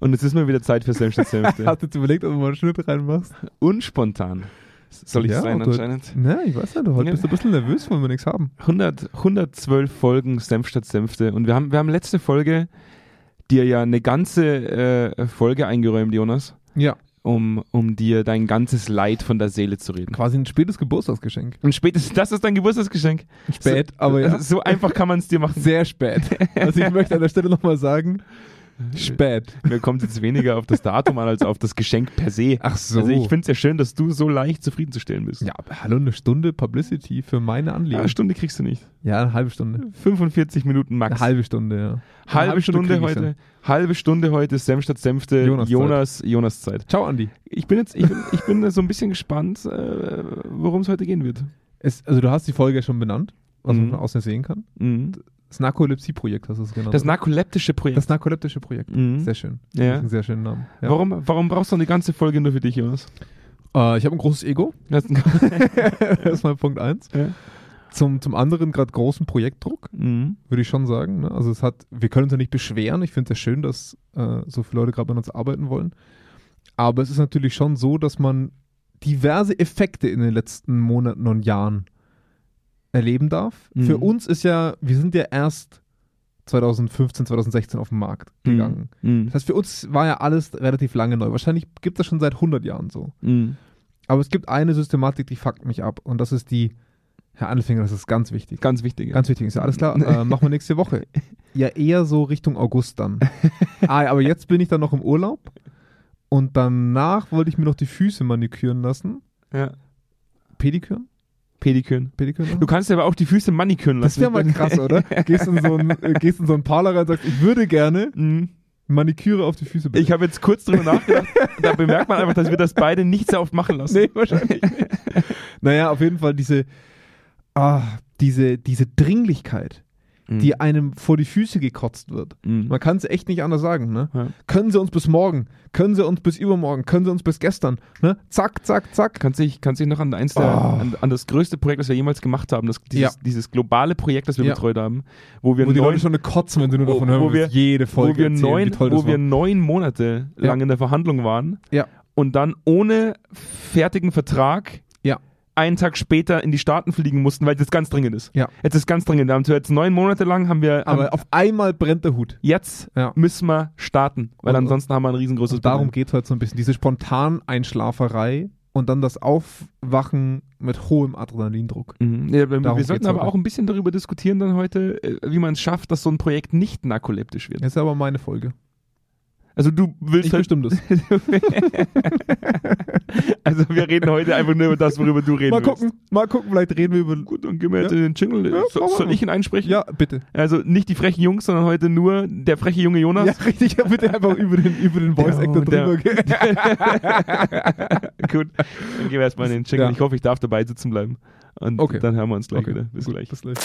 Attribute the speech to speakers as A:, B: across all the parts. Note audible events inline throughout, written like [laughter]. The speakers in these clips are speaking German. A: Und jetzt ist mal wieder Zeit für Senfte
B: [laughs]
A: Senfte.
B: Hast du jetzt überlegt, ob du mal einen Schnitt reinmachst?
A: Unspontan. Soll ich
B: Ja,
A: sein
B: und du-
A: anscheinend?
B: Ne, ich weiß nicht, du heute bist du ein bisschen nervös, wollen wir nichts haben.
A: 100, 112 Folgen Senf statt Senfte. Und wir haben, wir haben letzte Folge dir ja eine ganze äh, Folge eingeräumt, Jonas,
B: Ja,
A: um, um dir dein ganzes Leid von der Seele zu reden.
B: quasi ein spätes Geburtstagsgeschenk.
A: Und spätestens, das ist dein Geburtstagsgeschenk.
B: Spät, aber ja.
A: Also,
B: [laughs]
A: So einfach kann man es dir machen. [laughs]
B: Sehr spät. Also ich möchte an der Stelle nochmal sagen, spät.
A: Mir kommt jetzt weniger auf das Datum an, als auf das Geschenk per se.
B: Ach so.
A: Also ich finde es ja schön, dass du so leicht zufriedenzustellen bist.
B: ja, aber hallo, eine Stunde Publicity für meine
A: Ja,
B: Anliegen.
A: eine Stunde kriegst du nicht.
B: Ja, eine halbe Stunde.
A: 45 Minuten max.
B: Eine halbe Stunde, ja.
A: halbe, Stunde,
B: krieg ich
A: heute. Halbe Stunde heute Senf statt Senfte.
B: Jonas-Zeit.
A: Jonas, Jonas Zeit.
B: schon. Ciao, Andi.
A: Ich bin jetzt, ich bin, ich bin so ein bisschen gespannt, äh, worum es heute gehen wird.
B: Es, also du hast die Folge ja schon benannt, was man
A: Mhm.
B: von außen sehen kann. Das Narkolepsie-Projekt hast du es genannt.
A: Das
B: oder?
A: narkoleptische Projekt.
B: das narkoleptische Projekt.
A: Mhm.
B: Sehr schön.
A: Ja.
B: Das ist Ein sehr schönen Namen. Ja.
A: Warum, warum brauchst du eine ganze Folge nur für dich, Jonas?
B: Äh, ich habe ein großes [laughs] Ego.
A: Das,
B: das ist mal Punkt eins.
A: Ja.
B: Zum, zum anderen gerade großen Projektdruck,
A: [laughs] Mhm.
B: würde ich schon sagen. Ne? Also es hat, wir können uns ja nicht beschweren. Ich finde es ja schön, dass äh, so viele Leute gerade an uns arbeiten wollen. Aber es ist natürlich schon so, dass man diverse Effekte in den letzten Monaten und Jahren erleben darf.
A: Mhm.
B: Für uns ist ja, wir sind ja erst 2015, 2016 auf den Markt gegangen.
A: Mhm.
B: Das heißt, für uns war ja alles relativ lange neu. Wahrscheinlich gibt es das schon seit 100 Jahren so.
A: Mhm.
B: Aber es gibt eine Systematik, die fuckt mich ab. Und das ist die, Herr Anfänger, das ist ganz wichtig.
A: Ganz wichtig. ja.
B: Ganz wichtig, ist ja alles
A: [laughs]
B: klar. Äh, machen wir nächste Woche. Ja, eher so Richtung
A: [laughs]
B: August dann. ah, aber jetzt bin ich dann noch im Urlaub. Und danach wollte ich mir noch die Füße maniküren lassen.
A: ja.
B: Pediküren?
A: Pediküren.
B: Pediküren?
A: Du kannst dir aber auch die Füße maniküren
B: Das
A: lassen.
B: wäre mal
A: [laughs]
B: krass, oder? Gehst in so einen, äh, gehst in so einen Parler rein und sagst, ich würde gerne
A: Mhm.
B: Maniküre auf die Füße bitte.
A: Ich habe jetzt kurz drüber nachgedacht. da bemerkt man einfach, dass wir das beide nicht sehr oft machen lassen.
B: Nee, wahrscheinlich nicht. naja, auf jeden Fall diese, ah, diese, diese Dringlichkeit,
A: Mhm.
B: die einem vor die Füße gekotzt wird.
A: Mhm.
B: Man kann es echt nicht anders sagen, ne?
A: Ja.
B: Können sie uns bis morgen, können sie uns bis übermorgen, können sie uns bis gestern, ne? Zack, zack, zack.
A: Kannst dich, kannst dich noch an eins der,
B: Oh.
A: an, an das größte Projekt, das wir jemals gemacht haben, das, dieses, dieses globale Projekt, das wir
B: Ja.
A: betreut haben, wo wir
B: Wo die
A: neun,
B: Leute schon eine kotzen, wenn sie nur
A: Wo-
B: davon hören,
A: wo wir-
B: willst, jede Folge
A: wo wir,
B: erzählen, wie
A: neun,
B: toll das
A: wo wir
B: war.
A: neun Monate
B: Ja.
A: lang in der Verhandlung waren
B: Ja.
A: und dann ohne fertigen Vertrag
B: Ja.
A: einen Tag später in die Staaten fliegen mussten, weil das ganz dringend ist.
B: Ja.
A: Jetzt ist ganz dringend. Da haben wir jetzt neun Monate lang haben wir haben,
B: Aber auf einmal brennt der Hut.
A: jetzt
B: Ja.
A: müssen wir starten, weil
B: Und-
A: ansonsten haben wir ein riesengroßes
B: Und Also darum
A: Problem.
B: geht es heute so ein bisschen. Diese spontan Einschlaferei und dann das Aufwachen mit hohem Adrenalindruck.
A: Mhm. Ja, wir-
B: darum
A: wir sollten
B: geht's
A: aber
B: heute.
A: auch ein bisschen darüber diskutieren dann heute, äh, wie man es schafft, dass so ein Projekt nicht narkoleptisch wird.
B: Jetzt ist aber meine Folge.
A: Also du willst
B: Ich
A: halt
B: bestimme [laughs] das.
A: [laughs] Also wir reden heute einfach nur über das, worüber du reden
B: Mal
A: willst.
B: gucken, mal gucken, vielleicht reden wir über.
A: Gut, dann gehen wir jetzt
B: Ja.
A: in den Jingle.
B: Ja,
A: so,
B: machen wir.
A: soll ich ihn einsprechen?
B: Ja, bitte.
A: Also nicht die frechen Jungs, sondern heute nur der freche junge Jonas.
B: Ja, richtig, ja, [laughs] bitte einfach über den, über den Voice Actor
A: [laughs] Der-
B: drüber
A: [laughs]
B: gehen.
A: Gut, dann gehen wir erstmal in den Jingle.
B: Ja.
A: Ich hoffe, ich darf dabei sitzen bleiben. Und
B: Okay.
A: dann hören wir uns gleich
B: Okay,
A: wieder. Bis gleich.
B: Bis gleich.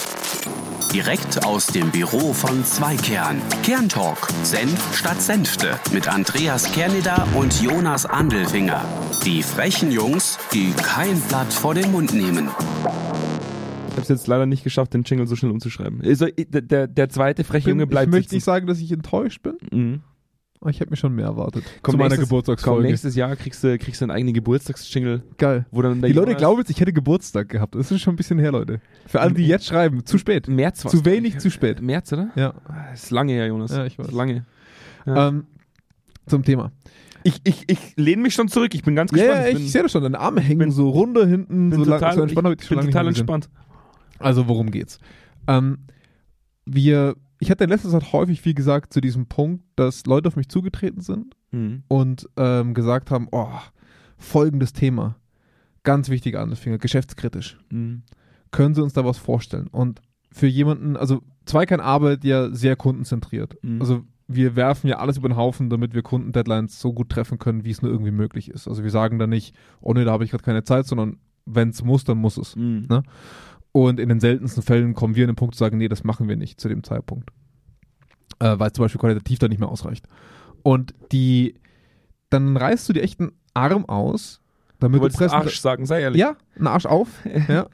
C: Direkt aus dem Büro von Zweikern. Kerntalk. Senf statt Senfte. Mit Andreas Kerneder und Jonas Andelfinger. Die frechen Jungs, die kein Blatt vor den Mund nehmen.
A: Ich habe es jetzt leider nicht geschafft, den Jingle so schnell umzuschreiben. Also, ich- der- der, der zweite freche Junge
B: ich
A: bleibt
B: möchte nicht
A: sitzen.
B: sagen, dass ich enttäuscht bin,
A: Mhm.
B: aber Ah, ich habe mir schon mehr erwartet.
A: Komm,
B: Zu meiner
A: nächstes- Komm,
B: Geburtstagsfolge.
A: nächstes Jahr kriegst du, kriegst du einen eigenen Geburtstagsjingle,
B: Geil.
A: wo dann der
B: Die Leute
A: Jonas-
B: glauben jetzt, ich hätte Geburtstag gehabt. Das ist schon ein bisschen her, Leute. Für alle, die jetzt schreiben, zu spät.
A: März war's,
B: Zu
A: glaub
B: wenig,
A: ich.
B: zu spät.
A: März, oder?
B: Ja.
A: Das ist lange her, Jonas.
B: Ja, ich weiß.
A: Das ist lange. Ja.
B: Ähm, zum Thema.
A: Ich, ich, ich lehne mich schon zurück. Ich bin ganz
B: Ja,
A: gespannt.
B: ja,
A: ich
B: ich,
A: bin,
B: sehe das schon. Deine Arme hängen
A: bin-
B: so runter hinten.
A: bin
B: So, lang,
A: total,
B: so entspannt habe ich
A: ich
B: dich schon
A: bin
B: lange
A: total
B: nicht mehr gesehen.
A: entspannt.
B: Also worum geht's? Ähm, wir, ich hatte in letzter Zeit häufig viel gesagt zu diesem Punkt, dass Leute auf mich zugetreten sind
A: Mhm.
B: und ähm, gesagt haben, oh, folgendes Thema, ganz wichtiger Anfinger, geschäftskritisch.
A: Mhm.
B: Können Sie uns da was vorstellen? Und für jemanden, also Zweikern arbeitet ja sehr kundenzentriert.
A: Mhm.
B: Also wir werfen ja alles über den Haufen, damit wir Kundendeadlines so gut treffen können, wie es nur irgendwie möglich ist. Also wir sagen da nicht, oh nee, da habe ich gerade keine Zeit, sondern wenn es muss, dann muss es.
A: Mhm.
B: Ne? Und in den seltensten Fällen kommen wir an den Punkt zu sagen, nee, das machen wir nicht zu dem Zeitpunkt. Äh, weil es zum Beispiel qualitativ dann nicht mehr ausreicht. Und die, dann reißt du dir echt einen Arm aus, damit
A: Du
B: du,
A: wolltest
B: Pressen.
A: Arsch sagen, sei ehrlich.
B: Ja, einen Arsch auf. ja.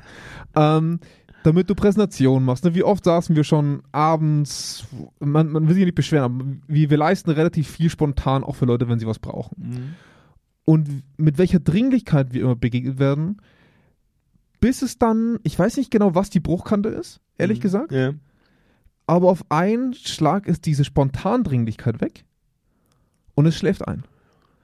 B: ähm, damit du Präsentationen machst. Ne? Wie oft saßen wir schon abends, man, man will sich nicht beschweren, aber wir, wir leisten relativ viel spontan, auch für Leute, wenn sie was brauchen.
A: Hm,
B: Und mit welcher Dringlichkeit wir immer begegnet werden, bis es dann, ich weiß nicht genau, was die Bruchkante ist, ehrlich
A: Mhm.
B: gesagt,
A: Ja.
B: aber auf einen Schlag ist diese Spontandringlichkeit weg und es schläft ein.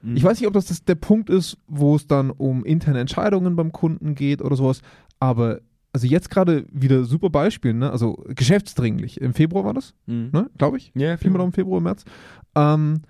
A: Mhm.
B: Ich weiß nicht, ob das, das der Punkt ist, wo es dann um interne Entscheidungen beim Kunden geht oder sowas, aber also jetzt gerade wieder super Beispiel, ne? also geschäftsdringlich. Im Februar war das,
A: Mhm.
B: ne? glaube ich.
A: Ja,
B: Viel mal im Februar, März. Ähm,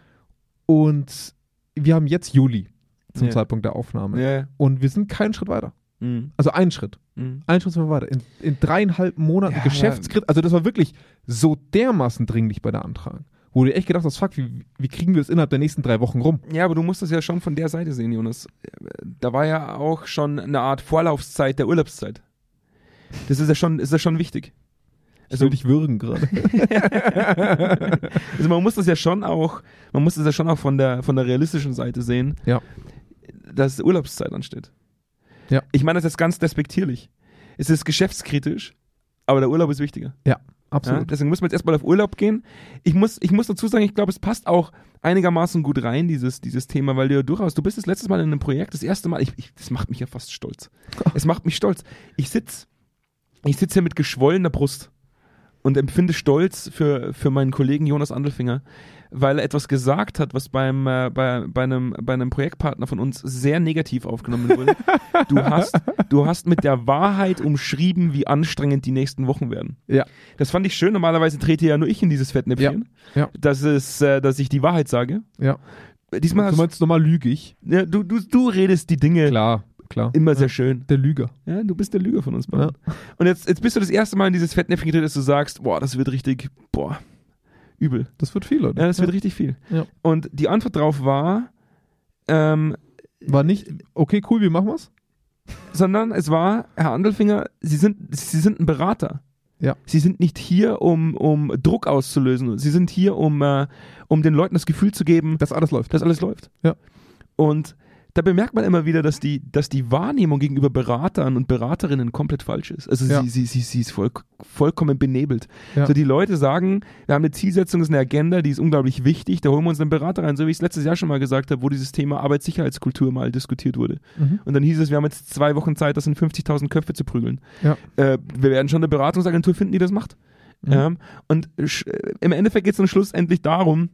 B: und wir haben jetzt Juli zum
A: Ja.
B: Zeitpunkt der Aufnahme.
A: Ja.
B: Und wir sind keinen Schritt weiter.
A: Mhm.
B: Also einen Schritt.
A: Mhm.
B: Einen Schritt sind wir weiter. In, in dreieinhalb Monaten
A: Ja,
B: Geschäftskritik. Also das war wirklich so dermaßen dringlich bei der Antrag. Wo du echt gedacht hast, fuck, wie, wie kriegen wir das innerhalb der nächsten drei Wochen rum?
A: Ja, aber du musst es ja schon von der Seite sehen, Jonas. Da war ja auch schon eine Art Vorlaufszeit der Urlaubszeit. Das ist ja schon, ist ja schon wichtig.
B: Ich
A: Also-
B: will dich würgen gerade.
A: also man muss das ja schon auch, man muss das ja schon auch von der, von der realistischen Seite sehen,
B: Ja.
A: dass Urlaubszeit ansteht.
B: Ja.
A: Ich meine, das ist ganz despektierlich. Es ist geschäftskritisch, aber der Urlaub ist wichtiger. Ja?
B: Absolut.
A: Deswegen müssen wir jetzt erstmal auf Urlaub gehen. Ich muss, ich muss dazu sagen, ich glaube, es passt auch einigermaßen gut rein, dieses, dieses Thema, weil du ja durchaus, du bist das letztes Mal in einem Projekt, das erste Mal, ich, ich, das macht mich ja fast stolz. es macht mich stolz. Ich sitze ich sitz hier mit geschwollener Brust und empfinde Stolz für, für meinen Kollegen Jonas Andelfinger, weil er etwas gesagt hat, was beim, äh, bei, bei, einem, bei einem Projektpartner von uns sehr negativ aufgenommen wurde. du, hast, du hast mit der Wahrheit umschrieben, wie anstrengend die nächsten Wochen werden.
B: Ja.
A: Das fand ich schön. Normalerweise trete ja nur ich in dieses Fettnäpfchen.
B: Ja, ja.
A: Dass, es, äh, dass ich die Wahrheit sage.
B: Ja.
A: Diesmal
B: Du
A: hast,
B: meinst nochmal lügig?
A: ja, du, du, du redest die Dinge
B: Klar, klar.
A: immer sehr schön.
B: Der Lüger.
A: Ja, du bist der Lüger von uns beiden. Und jetzt, jetzt bist du das erste Mal in dieses Fettnäpfchen getreten, dass du sagst, boah, das wird richtig, boah, übel.
B: Das wird viel, Leute.
A: Ja, das wird richtig viel.
B: Ja.
A: Und die Antwort drauf war, ähm,
B: War nicht, okay, cool, wir machen was?
A: sondern es war, Herr Andelfinger, Sie sind, Sie sind ein Berater.
B: Ja.
A: Sie sind nicht hier, um, um Druck auszulösen. Sie sind hier, um, äh, um den Leuten das Gefühl zu geben,
B: Das alles läuft.
A: dass alles läuft.
B: Ja.
A: Und da bemerkt man immer wieder, dass die, dass die Wahrnehmung gegenüber Beratern und Beraterinnen komplett falsch ist. Also
B: Ja.
A: sie, sie, sie, sie ist voll, vollkommen benebelt.
B: Ja.
A: So die Leute sagen, wir haben eine Zielsetzung, das ist eine Agenda, die ist unglaublich wichtig, da holen wir uns einen Berater rein, so wie ich es letztes Jahr schon mal gesagt habe, wo dieses Thema Arbeitssicherheitskultur mal diskutiert wurde.
B: Mhm.
A: Und dann hieß es, wir haben jetzt zwei Wochen Zeit, das in 50.000 Köpfe zu prügeln.
B: Ja.
A: Äh, wir werden schon eine Beratungsagentur finden, die das macht.
B: Mhm.
A: Ähm, und sch- äh, im Endeffekt geht es dann schlussendlich darum,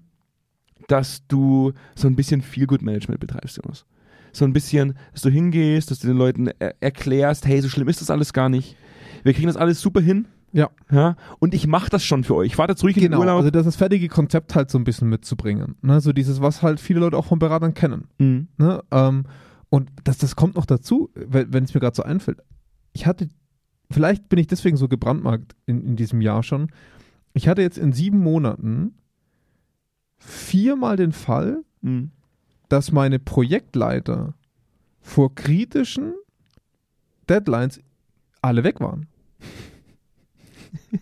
A: dass du so ein bisschen Feel-Good-Management betreibst, Jonas. So ein bisschen, dass du hingehst, dass du den Leuten er erklärst, hey, so schlimm ist das alles gar nicht. Wir kriegen das alles super hin.
B: Ja.
A: ja und ich mache das schon für euch. Ich fahre jetzt ruhig in den
B: Genau,
A: Urlaub.
B: also das, das fertige Konzept halt so ein bisschen mitzubringen. Ne? So dieses, was halt viele Leute auch von Beratern kennen.
A: Mhm.
B: Ne? Ähm, und das, das kommt noch dazu, wenn wenn es mir gerade so einfällt. Ich hatte, vielleicht bin ich deswegen so gebrandmarkt in, in diesem Jahr schon. Ich hatte jetzt in sieben Monaten viermal den Fall,
A: Mhm.
B: dass meine Projektleiter vor kritischen Deadlines alle weg waren.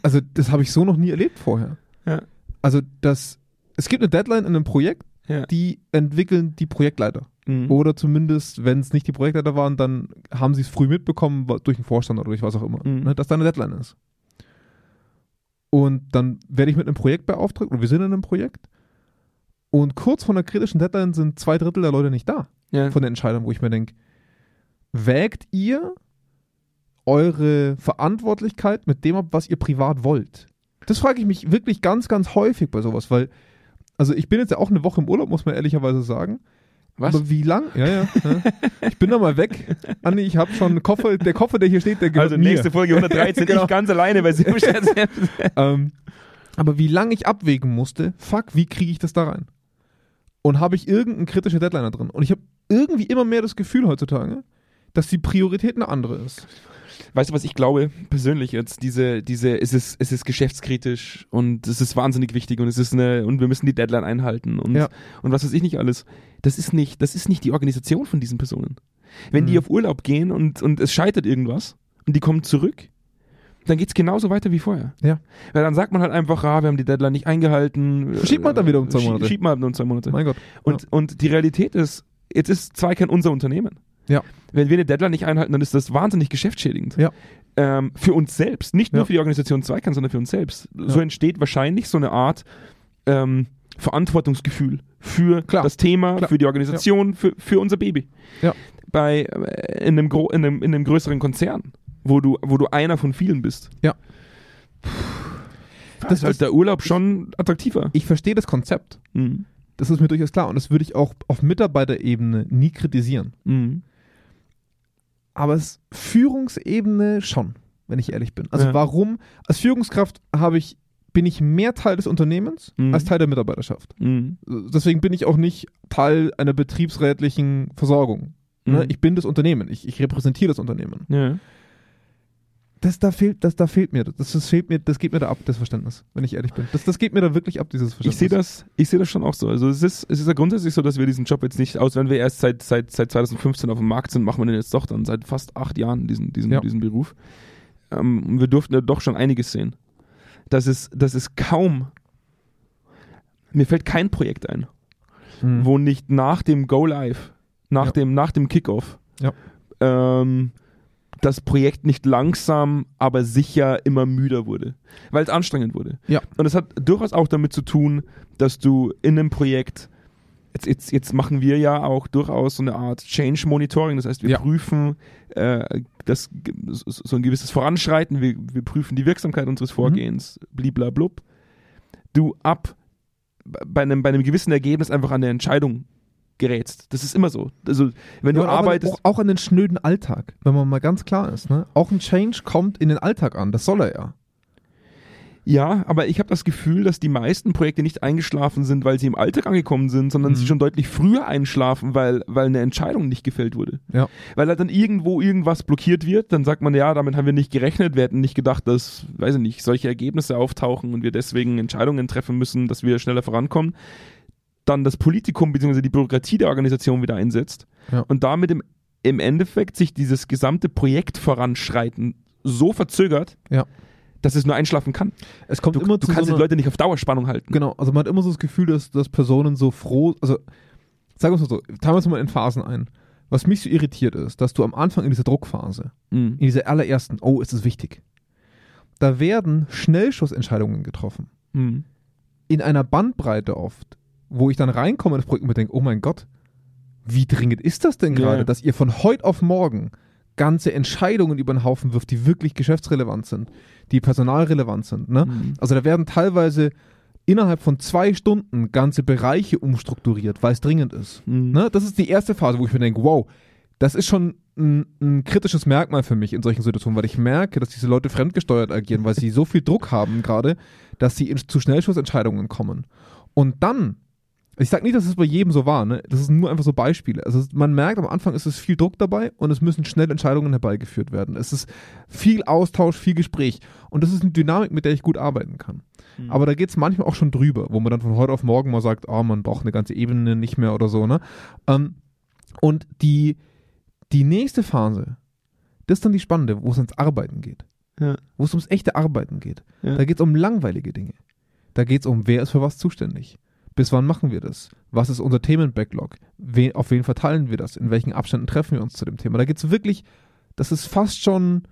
B: Also das habe ich so noch nie erlebt vorher.
A: Ja.
B: Also das, es gibt eine Deadline in einem Projekt,
A: Ja.
B: die entwickeln die Projektleiter.
A: Mhm.
B: Oder zumindest, wenn es nicht die Projektleiter waren, dann haben sie es früh mitbekommen wa- durch den Vorstand oder durch was auch immer,
A: Mhm.
B: ne, dass da eine Deadline ist. Und dann werde ich mit einem Projekt beauftragt, oder wir sind in einem Projekt, und kurz vor einer kritischen Deadline sind zwei Drittel der Leute nicht da
A: Ja.
B: von der Entscheidung, wo ich mir denke, wägt ihr eure Verantwortlichkeit mit dem ab, was ihr privat wollt? Das frage ich mich wirklich ganz, ganz häufig bei sowas, weil, also ich bin jetzt ja auch eine Woche im Urlaub, muss man ehrlicherweise sagen.
A: Was?
B: Aber wie lang? Ja, ja. ja. Ich bin da mal weg. Anni, ich habe schon einen Koffer, der Koffer, der hier steht, der gehört
A: Also
B: mir.
A: nächste
B: [laughs]
A: Folge 113,
B: Genau.
A: ich ganz alleine bei
B: [laughs]
A: Silberstern selbst.
B: Ähm, aber wie lange ich abwägen musste, fuck, wie kriege ich das da rein? Und habe ich irgendeinen kritischen Deadliner drin? Und ich habe irgendwie immer mehr das Gefühl heutzutage, dass die Priorität eine andere ist.
A: Weißt du, was ich glaube, persönlich jetzt, diese, diese, es ist, es ist geschäftskritisch und es ist wahnsinnig wichtig und es ist eine, und wir müssen die Deadline einhalten und,
B: Ja.
A: und was weiß ich nicht alles. Das ist nicht, das ist nicht die Organisation von diesen Personen. Wenn die
B: Mhm.
A: auf Urlaub gehen und, und es scheitert irgendwas und die kommen zurück, dann geht's genauso weiter wie vorher.
B: Ja.
A: Weil dann sagt man halt einfach, ah, wir haben die Deadline nicht eingehalten.
B: Schiebt man dann wieder um zwei
A: Schie-
B: Monate.
A: Schiebt man halt um zwei Monate.
B: Mein Gott.
A: Und, und die Realität ist, jetzt ist Zweikern unser Unternehmen.
B: Ja.
A: Wenn wir eine Deadline nicht einhalten, dann ist das wahnsinnig geschäftsschädigend.
B: Ja.
A: ähm, für uns selbst, nicht nur
B: Ja.
A: für die Organisation Zweikern, sondern für uns selbst. So entsteht wahrscheinlich so eine Art ähm, Verantwortungsgefühl für
B: Klar.
A: das Thema,
B: Klar.
A: für die Organisation, für, für unser Baby.
B: Ja.
A: Bei, äh, in, einem gro in, einem, in einem größeren Konzern, wo du, wo du einer von vielen bist.
B: Ja.
A: Puh.
B: Das
A: Das ist halt
B: ist-
A: der Urlaub schon attraktiver.
B: Ich verstehe das Konzept.
A: Mhm.
B: Das ist mir durchaus klar und das würde ich auch auf Mitarbeiterebene nie kritisieren.
A: Mhm.
B: Aber es Führungsebene schon, wenn ich ehrlich bin. Also
A: Ja.
B: warum? Als Führungskraft habe ich, bin ich mehr Teil des Unternehmens
A: Mhm.
B: als Teil der Mitarbeiterschaft.
A: Mhm.
B: Deswegen bin ich auch nicht Teil einer betriebsrätlichen Versorgung. Ne?
A: Mhm.
B: Ich bin das Unternehmen. Ich, ich repräsentiere das Unternehmen.
A: Ja.
B: Das da fehlt, das da fehlt mir. Das, das fehlt mir, das geht mir da ab, das Verständnis, wenn ich ehrlich bin. Das, das geht mir da wirklich ab, dieses Verständnis.
A: Ich sehe das, ich sehe das schon auch so. Also es ist, es ist ja grundsätzlich so, dass wir diesen Job jetzt nicht, aus wenn wir erst seit, seit, seit 2015 auf dem Markt sind, machen wir den jetzt doch dann seit fast acht Jahren diesen, diesen,
B: Ja.
A: diesen Beruf. Ähm, und wir durften ja doch schon einiges sehen. Das ist, das ist kaum. Mir fällt kein Projekt ein,
B: Mhm.
A: wo nicht nach dem Go Live, nach
B: Ja.
A: dem, nach dem Kickoff,
B: Ja.
A: ähm, das Projekt nicht langsam, aber sicher immer müder wurde, weil es anstrengend wurde.
B: Ja.
A: Und es hat durchaus auch damit zu tun, dass du in einem Projekt, jetzt, jetzt, jetzt machen wir ja auch durchaus so eine Art Change Monitoring, das heißt, wir
B: Ja.
A: prüfen äh, das, so- so ein gewisses Voranschreiten, wir, wir prüfen die Wirksamkeit unseres
B: Mhm.
A: Vorgehens, bliblablub. Du ab bei einem, bei einem gewissen Ergebnis einfach an der Entscheidung gerätst. Das ist immer so. Also, wenn du
B: Ja, und auch an-
A: arbeitest.
B: Auch, auch an den schnöden Alltag, wenn man mal ganz klar ist. Ne? Auch ein Change kommt in den Alltag an, das soll er ja.
A: Ja, aber ich habe das Gefühl, dass die meisten Projekte nicht eingeschlafen sind, weil sie im Alltag angekommen sind, sondern
B: Mhm.
A: sie schon deutlich früher einschlafen, weil, weil eine Entscheidung nicht gefällt wurde.
B: Ja.
A: Weil halt dann irgendwo irgendwas blockiert wird, dann sagt man, ja, damit haben wir nicht gerechnet, wir hätten nicht gedacht, dass, weiß ich nicht, solche Ergebnisse auftauchen und wir deswegen Entscheidungen treffen müssen, dass wir schneller vorankommen. Dann das Politikum bzw. die Bürokratie der Organisation wieder einsetzt
B: Ja.
A: und damit im, im Endeffekt sich dieses gesamte Projekt voranschreiten so verzögert,
B: Ja.
A: dass es nur einschlafen kann.
B: Es kommt
A: Du,
B: immer
A: du
B: zu
A: kannst
B: so
A: die
B: einer,
A: Leute nicht auf Dauerspannung halten.
B: Genau, also man hat immer so das Gefühl, dass, dass Personen so froh, also sagen wir es mal so, teilen wir es mal in Phasen ein. Was mich so irritiert ist, dass du am Anfang in dieser Druckphase,
A: Mhm.
B: in dieser allerersten, oh, ist es wichtig, da werden Schnellschussentscheidungen getroffen.
A: Mhm.
B: in einer Bandbreite oft, wo ich dann reinkomme in das Projekt und mir denke, oh mein Gott, wie dringend ist das denn
A: Ja.
B: gerade, dass ihr von heute auf morgen ganze Entscheidungen über den Haufen wirft, die wirklich geschäftsrelevant sind, die personalrelevant sind. Ne?
A: Mhm.
B: Also da werden teilweise innerhalb von zwei Stunden ganze Bereiche umstrukturiert, weil es dringend ist.
A: Mhm.
B: Ne? Das ist die erste Phase, wo ich mir denke, wow, das ist schon ein, ein kritisches Merkmal für mich in solchen Situationen, weil ich merke, dass diese Leute fremdgesteuert agieren, weil sie so viel Druck haben gerade, dass sie in, zu Schnellschussentscheidungen kommen. Und dann, ich sage nicht, dass es bei jedem so war, ne? das sind nur einfach so Beispiele. Also es- man merkt, am Anfang ist es viel Druck dabei und es müssen schnell Entscheidungen herbeigeführt werden. Es ist viel Austausch, viel Gespräch und das ist eine Dynamik, mit der ich gut arbeiten kann.
A: Mhm.
B: Aber da geht es manchmal auch schon drüber, wo man dann von heute auf morgen mal sagt, ah, man braucht eine ganze Ebene nicht mehr oder so. Ne? Ähm, und die, die nächste Phase, das ist dann die spannende, wo es ans Arbeiten geht.
A: Ja.
B: Wo es ums echte Arbeiten geht.
A: Ja.
B: Da geht es um langweilige Dinge. Da geht es um, wer ist für was zuständig. Bis wann machen wir das? Was ist unser Themenbacklog? Wen, auf wen verteilen wir das? In welchen Abständen treffen wir uns zu dem Thema? Da geht es wirklich, das ist fast schon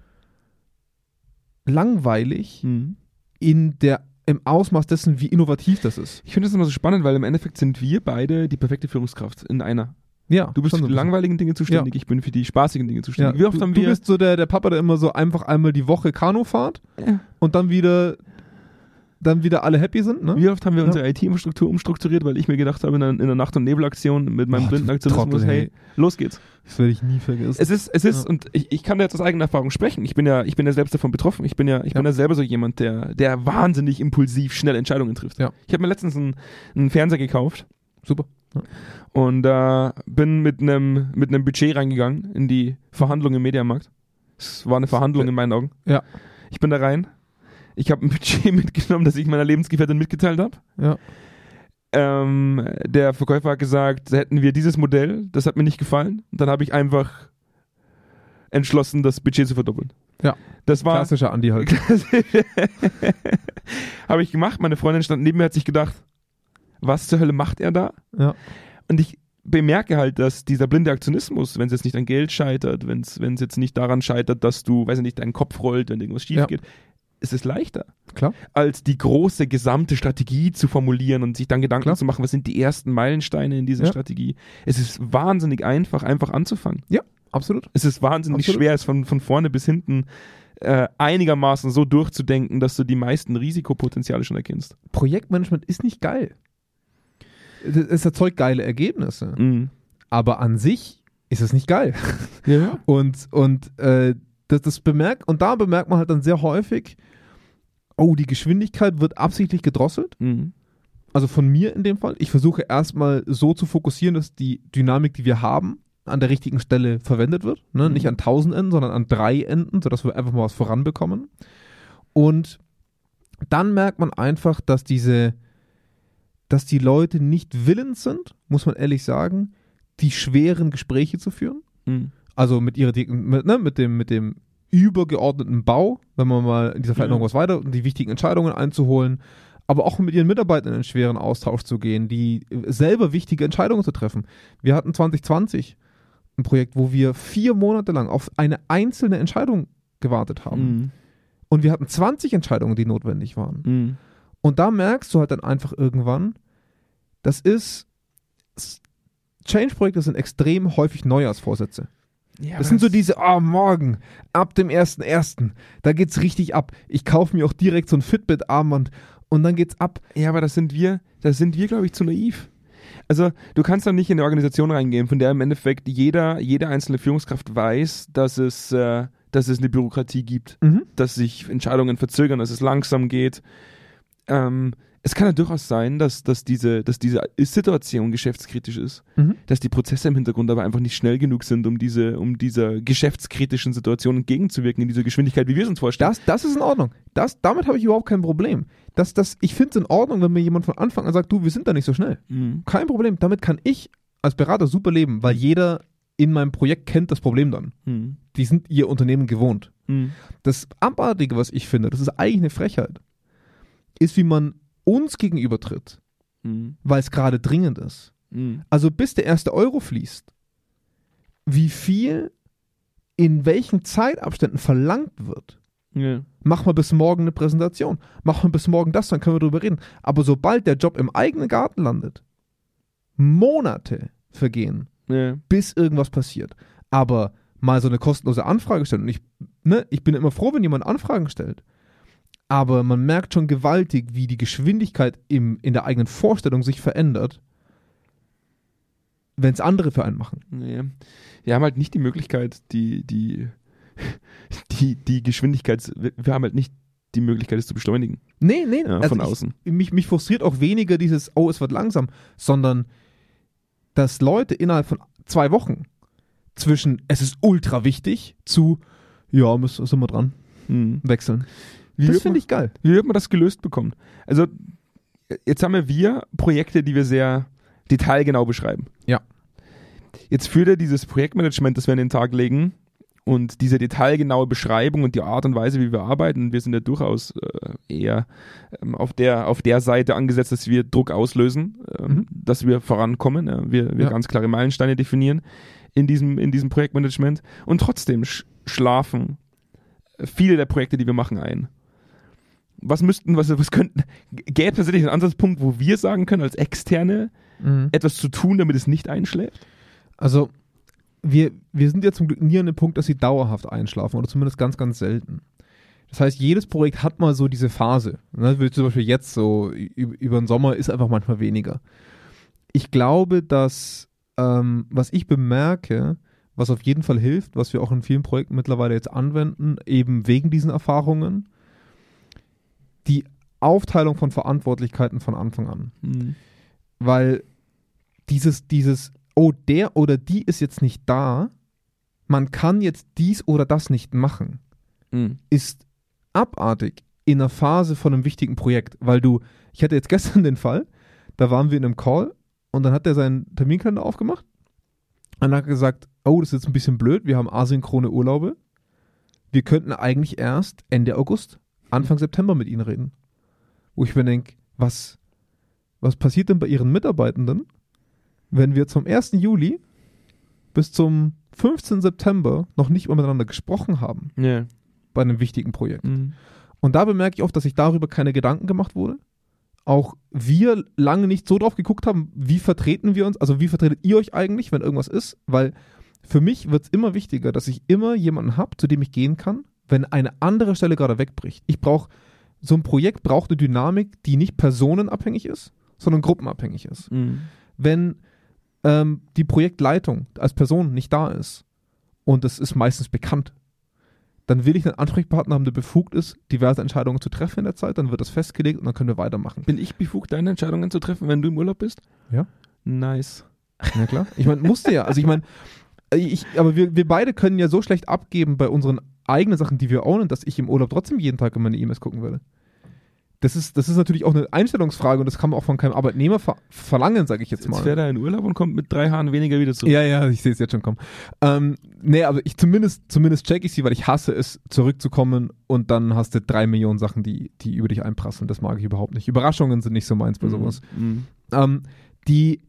B: langweilig,
A: Mhm.
B: in der, im Ausmaß dessen, wie innovativ das ist.
A: Ich finde das immer so spannend, weil im Endeffekt sind wir beide die perfekte Führungskraft in einer.
B: Ja,
A: Du bist für die
B: schon ein bisschen.
A: langweiligen Dinge zuständig, ich bin für die spaßigen Dinge
B: Ja,
A: zuständig. Wie
B: du,
A: oft haben
B: du
A: wir.
B: bist so der, der Papa, der immer so einfach einmal die Woche Kanu fahrt
A: Ja.
B: und dann wieder, dann wieder alle happy sind, ne?
A: Wie oft haben wir
B: Ja.
A: unsere IT-Infrastruktur umstrukturiert, weil ich mir gedacht habe, in der, in der Nacht- und Nebelaktion mit meinem
B: Boah, du
A: blinden Aktionismus,
B: Trottel,
A: hey,
B: hey.
A: los geht's.
B: Das werde ich nie vergessen.
A: Es ist, es ist,
B: Ja.
A: und ich, ich kann da jetzt aus eigener Erfahrung sprechen. Ich bin ja, ich bin ja selbst davon betroffen. Ich bin ja, ich
B: Ja.
A: bin ja selber so jemand, der, der wahnsinnig impulsiv schnell Entscheidungen trifft.
B: Ja.
A: Ich habe mir letztens einen, einen Fernseher gekauft
B: Super.
A: und äh, bin mit einem mit einem Budget reingegangen in die Verhandlung im Mediamarkt. Es war eine Verhandlung in meinen Augen.
B: Ja.
A: Ich bin da rein. Ich habe ein [laughs] Budget mitgenommen, das ich meiner Lebensgefährtin mitgeteilt habe.
B: Ja.
A: Ähm, der Verkäufer hat gesagt, hätten wir dieses Modell, das hat mir nicht gefallen. Dann habe ich einfach entschlossen, das Budget zu verdoppeln.
B: Ja.
A: Das war.
B: Klassischer Andi halt.
A: [laughs] habe ich gemacht. Meine Freundin stand neben mir, hat sich gedacht, was zur Hölle macht er da?
B: Ja.
A: Und ich, bemerke halt, dass dieser blinde Aktionismus, wenn es jetzt nicht an Geld scheitert, wenn es jetzt nicht daran scheitert, dass du, weiß ich nicht, deinen Kopf rollt, wenn irgendwas schief
B: Ja.
A: geht, ist es leichter,
B: Klar.
A: als die große gesamte Strategie zu formulieren und sich dann Gedanken
B: Klar.
A: zu machen, was sind die ersten Meilensteine in dieser
B: Ja.
A: Strategie. Es ist wahnsinnig einfach, einfach anzufangen.
B: Absolut.
A: Es ist wahnsinnig
B: Absolut.
A: schwer, es von, von vorne bis hinten äh, einigermaßen so durchzudenken, dass du die meisten Risikopotenziale schon erkennst.
B: Projektmanagement ist nicht geil. Es- Es erzeugt geile Ergebnisse.
A: Mhm.
B: Aber an sich ist es nicht geil.
A: Ja.
B: Und, und äh, das, das bemerkt, und da bemerkt man halt dann sehr häufig, oh, die Geschwindigkeit wird absichtlich gedrosselt.
A: Mhm.
B: Also von mir in dem Fall. Ich versuche erstmal so zu fokussieren, dass die Dynamik, die wir haben, an der richtigen Stelle verwendet wird. Ne?
A: Mhm.
B: Nicht an tausend Enden, sondern an drei Enden, sodass wir einfach mal was voranbekommen. Und dann merkt man einfach, dass diese, dass die Leute nicht willens sind, muss man ehrlich sagen, die schweren Gespräche zu führen
A: Mhm.
B: also mit ihrer mit, ne, mit dem mit dem übergeordneten Bau, wenn man mal in dieser Veränderung
A: Mhm.
B: was weiter die wichtigen Entscheidungen einzuholen, aber auch mit ihren Mitarbeitern in einen schweren Austausch zu gehen, die äh, selber wichtige Entscheidungen zu treffen. Wir hatten 2020 ein Projekt, wo wir vier Monate lang auf eine einzelne Entscheidung gewartet haben.
A: Mhm.
B: Und wir hatten 20 Entscheidungen, die notwendig waren.
A: Mhm.
B: Und da merkst du halt dann einfach irgendwann, das ist s- Change-Projekte sind extrem häufig Neujahrsvorsätze.
A: Ja,
B: Das sind so diese, ah, morgen, ab dem 1.1., da geht's richtig ab. Ich kaufe mir auch direkt so ein Fitbit-Armband und dann geht's ab.
A: Ja, aber das sind wir, das sind wir, glaube ich, zu naiv. Also, du kannst doch nicht in eine Organisation reingehen, von der im Endeffekt jeder, jede einzelne Führungskraft weiß, dass es, äh, dass es eine Bürokratie gibt,
B: Mhm,
A: dass sich Entscheidungen verzögern, dass es langsam geht. Ähm, es kann ja durchaus sein, dass, dass, diese, dass diese Situation geschäftskritisch ist,
B: Mhm.
A: dass die Prozesse im Hintergrund aber einfach nicht schnell genug sind, um, diese, um dieser geschäftskritischen Situation entgegenzuwirken, in dieser Geschwindigkeit, wie wir es uns vorstellen.
B: Das, das ist in Ordnung. Das, damit habe ich überhaupt kein Problem. Das, das, ich finde es in Ordnung, wenn mir jemand von Anfang an sagt, du, wir sind da nicht so schnell.
A: Mhm.
B: Kein Problem. Damit kann ich als Berater super leben, weil jeder in meinem Projekt kennt das Problem dann.
A: Mhm.
B: Die sind ihr Unternehmen gewohnt.
A: Mhm.
B: Das Abartige, was ich finde, das ist eigentlich eine Frechheit, ist, wie man uns gegenüber tritt,
A: Mhm.
B: weil es gerade dringend ist.
A: Mhm.
B: Also bis der erste Euro fließt, wie viel in welchen Zeitabständen verlangt wird.
A: Ja.
B: Mach mal bis morgen eine Präsentation, mach mal bis morgen das, dann können wir drüber reden. Aber sobald der Job im eigenen Garten landet, Monate vergehen,
A: Ja.
B: bis irgendwas passiert. Aber mal so eine kostenlose Anfrage stellen. Und ich, ne, ich bin immer froh, wenn jemand Anfragen stellt. Aber man merkt schon gewaltig, wie die Geschwindigkeit im, in der eigenen Vorstellung sich verändert, wenn es andere für einen machen.
A: Nee. Wir haben halt nicht die Möglichkeit, die, die, [laughs] die, die Geschwindigkeit, wir haben halt nicht die Möglichkeit, es zu beschleunigen
B: Nee, nee,
A: ja,
B: also
A: von
B: ich,
A: außen.
B: Mich, mich frustriert auch weniger dieses, oh, es wird langsam, sondern dass Leute innerhalb von zwei Wochen zwischen, es ist ultra wichtig, zu, ja, müssen, sind wir dran,
A: Mhm.
B: wechseln.
A: Wie,
B: das
A: wird man,
B: finde ich geil.
A: wie wird man das gelöst bekommen? Also, jetzt haben wir, wir Projekte, die wir sehr detailgenau beschreiben.
B: Ja.
A: Jetzt führt ja dieses Projektmanagement, das wir an den Tag legen, und diese detailgenaue Beschreibung und die Art und Weise, wie wir arbeiten, wir sind ja durchaus äh, eher ähm, auf, der, auf der Seite angesetzt, dass wir Druck auslösen, ähm,
B: Mhm.
A: dass wir vorankommen, ja, wir, wir
B: Ja.
A: ganz klare Meilensteine definieren in diesem, in diesem Projektmanagement und trotzdem sch schlafen viele der Projekte, die wir machen, ein. Was müssten, was, was könnten, g- gäbe es tatsächlich einen Ansatzpunkt, wo wir sagen können, als Externe, etwas zu tun, damit es nicht einschläft?
B: Also, wir, wir sind ja zum Glück nie an dem Punkt, dass sie dauerhaft einschlafen oder zumindest ganz, ganz selten. Das heißt, jedes Projekt hat mal so diese Phase. Ne? Wie zum Beispiel jetzt so, ü- über den Sommer ist einfach manchmal weniger. Ich glaube, dass, ähm, was ich bemerke, was auf jeden Fall hilft, was wir auch in vielen Projekten mittlerweile jetzt anwenden, eben wegen diesen Erfahrungen, die Aufteilung von Verantwortlichkeiten von Anfang an weil dieses, dieses, oh, der oder die ist jetzt nicht da, man kann jetzt dies oder das nicht machen,
A: Mhm.
B: ist abartig in einer Phase von einem wichtigen Projekt, weil du, ich hatte jetzt gestern [laughs] den Fall, da waren wir in einem Call und dann hat er seinen Terminkalender aufgemacht und hat gesagt, oh, das ist jetzt ein bisschen blöd, wir haben asynchrone Urlaube, wir könnten eigentlich erst Ende August, Anfang September mit ihnen reden. Wo ich mir denke, was, was passiert denn bei ihren Mitarbeitenden, wenn wir zum 1. Juli bis zum 15. September noch nicht mal miteinander gesprochen haben
A: Ja.
B: bei einem wichtigen Projekt.
A: Mhm.
B: Und da bemerke ich oft, dass sich darüber keine Gedanken gemacht wurde. Auch wir lange nicht so drauf geguckt haben, wie vertreten wir uns, also wie vertretet ihr euch eigentlich, wenn irgendwas ist, weil für mich wird es immer wichtiger, dass ich immer jemanden habe, zu dem ich gehen kann, wenn eine andere Stelle gerade wegbricht. Ich brauche, so ein Projekt braucht eine Dynamik, die nicht personenabhängig ist, sondern gruppenabhängig ist
A: Mhm.
B: wenn ähm, die Projektleitung als Person nicht da ist und das ist meistens bekannt, dann will ich einen Ansprechpartner haben, der befugt ist, diverse Entscheidungen zu treffen in der Zeit, dann wird das festgelegt und dann können wir weitermachen.
A: Bin ich befugt, deine Entscheidungen zu treffen, wenn du im Urlaub bist?
B: Ja.
A: Nice.
B: Na klar. Ich meine, musste ja. Also ich meine, ich, aber wir, wir beide können ja so schlecht abgeben bei unseren eigenen Sachen, die wir ownen, dass ich im Urlaub trotzdem jeden Tag in meine E-Mails gucken würde. Das ist, das ist natürlich auch eine Einstellungsfrage und das kann man auch von keinem Arbeitnehmer ver verlangen, sage ich jetzt mal.
A: Jetzt fährt er in Urlaub und kommt mit drei Haaren weniger wieder zurück.
B: Ja, ja, ich sehe es jetzt schon kommen. Ähm, nee, aber ich zumindest, zumindest check ich sie, weil ich hasse es, zurückzukommen und dann hast du drei Millionen Sachen, die, die über dich einprasseln. Das mag ich überhaupt nicht. Überraschungen sind nicht so meins bei sowas.
A: Mhm.
B: Ähm, die,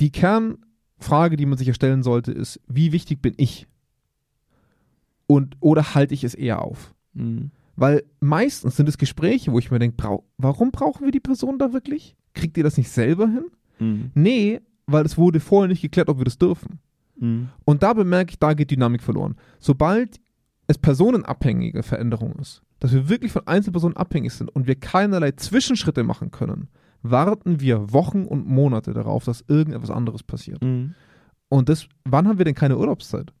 B: die Kernfrage, die man sich erstellen sollte, ist, wie wichtig bin ich? Und, oder halte ich es eher auf?
A: Mhm.
B: Weil meistens sind es Gespräche, wo ich mir denke, brau warum brauchen wir die Person da wirklich? Kriegt ihr das nicht selber hin? Hm.
A: Mhm.
B: Nee, weil es wurde vorher nicht geklärt, ob wir das dürfen.
A: Mhm.
B: Und da bemerke ich, da geht Dynamik verloren. Sobald es personenabhängige Veränderung ist, dass wir wirklich von Einzelpersonen abhängig sind und wir keinerlei Zwischenschritte machen können, warten wir Wochen und Monate darauf, dass irgendetwas anderes passiert.
A: Mhm.
B: Und das, wann haben wir denn keine Urlaubszeit?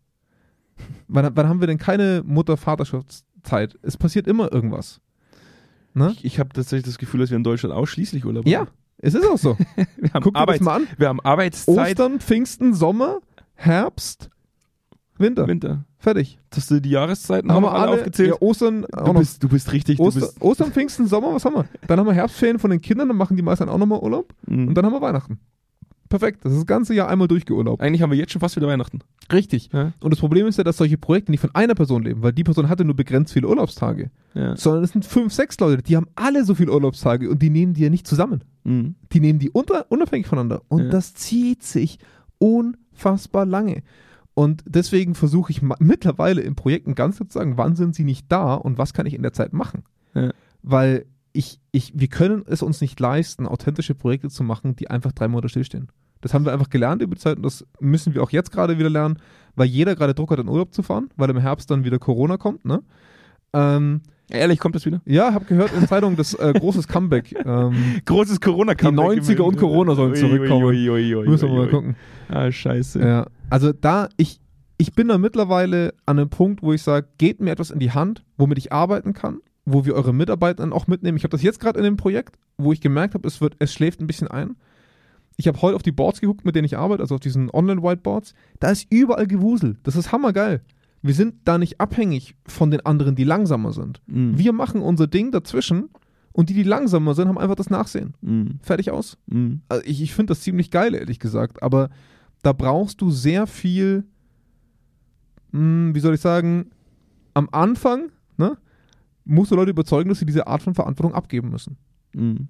B: Wann, wann haben wir denn keine Mutter-Vaterschaftszeit? Es passiert immer irgendwas. Ne?
A: Ich, ich habe tatsächlich das Gefühl, dass wir in Deutschland ausschließlich Urlaub
B: Ja, es ist auch [laughs] so.
A: haben. Wir haben,
B: Guck dir das
A: Arbeits
B: mal an.
A: wir haben Arbeitszeit,
B: Ostern, Pfingsten, Sommer, Herbst, Winter.
A: Winter.
B: Fertig.
A: Hast du die Jahreszeiten auch
B: haben
A: noch
B: wir alle
A: aufgezählt?
B: Ja, Ostern, auch
A: du,
B: noch.
A: bist, du bist richtig.
B: Oster,
A: du bist,
B: Ostern, Pfingsten, Sommer, was haben wir? Dann haben wir Herbstferien von den Kindern, dann machen die meisten auch nochmal Urlaub
A: Mhm.
B: und dann haben wir Weihnachten. Perfekt, das ist das ganze Jahr einmal durchgeurlaubt.
A: Eigentlich haben wir jetzt schon fast wieder Weihnachten.
B: Richtig.
A: Ja.
B: Und das Problem ist ja, dass solche Projekte nicht von einer Person leben, weil die Person hatte nur begrenzt viele Urlaubstage,
A: Ja.
B: sondern es sind fünf, sechs Leute, die haben alle so viele Urlaubstage und die nehmen die ja nicht zusammen.
A: Mhm.
B: Die nehmen die unter, unabhängig voneinander und
A: Ja.
B: das zieht sich unfassbar lange. Und deswegen versuche ich ma- mittlerweile in Projekten ganz klar zu sagen, wann sind sie nicht da und was kann ich in der Zeit machen.
A: Ja.
B: Weil ich, ich, wir können es uns nicht leisten, authentische Projekte zu machen, die einfach drei Monate stillstehen. Das haben wir einfach gelernt über die Zeit und das müssen wir auch jetzt gerade wieder lernen, weil jeder gerade Druck hat, in Urlaub zu fahren, weil im Herbst dann wieder Corona kommt. Ne? Ähm,
A: Ehrlich, kommt das wieder?
B: ja, habe gehört in Zeitungen, das äh, großes Comeback. Ähm,
A: Großes corona
B: Die 90er und Corona sollen zurückkommen. müssen wir mal gucken.
A: Ah, scheiße.
B: Ja, also da, ich, ich bin da mittlerweile an einem Punkt, wo ich sage, gebt mir etwas in die Hand, womit ich arbeiten kann, wo wir eure Mitarbeitenden auch mitnehmen. Ich habe das jetzt gerade in dem Projekt, wo ich gemerkt habe, es, wird- es schläft ein bisschen ein. Ich habe heute auf die Boards geguckt, mit denen ich arbeite, also auf diesen Online-Whiteboards. Da ist überall Gewusel. Das ist hammergeil. Wir sind da nicht abhängig von den anderen, die langsamer sind.
A: Mhm.
B: Wir machen unser Ding dazwischen und die, die langsamer sind, haben einfach das Nachsehen.
A: Mhm.
B: Fertig aus.
A: Mhm.
B: Also ich, ich finde das ziemlich geil, ehrlich gesagt. Aber da brauchst du sehr viel, mh, wie soll ich sagen, am Anfang ne, musst du Leute überzeugen, dass sie diese Art von Verantwortung abgeben müssen.
A: Mhm.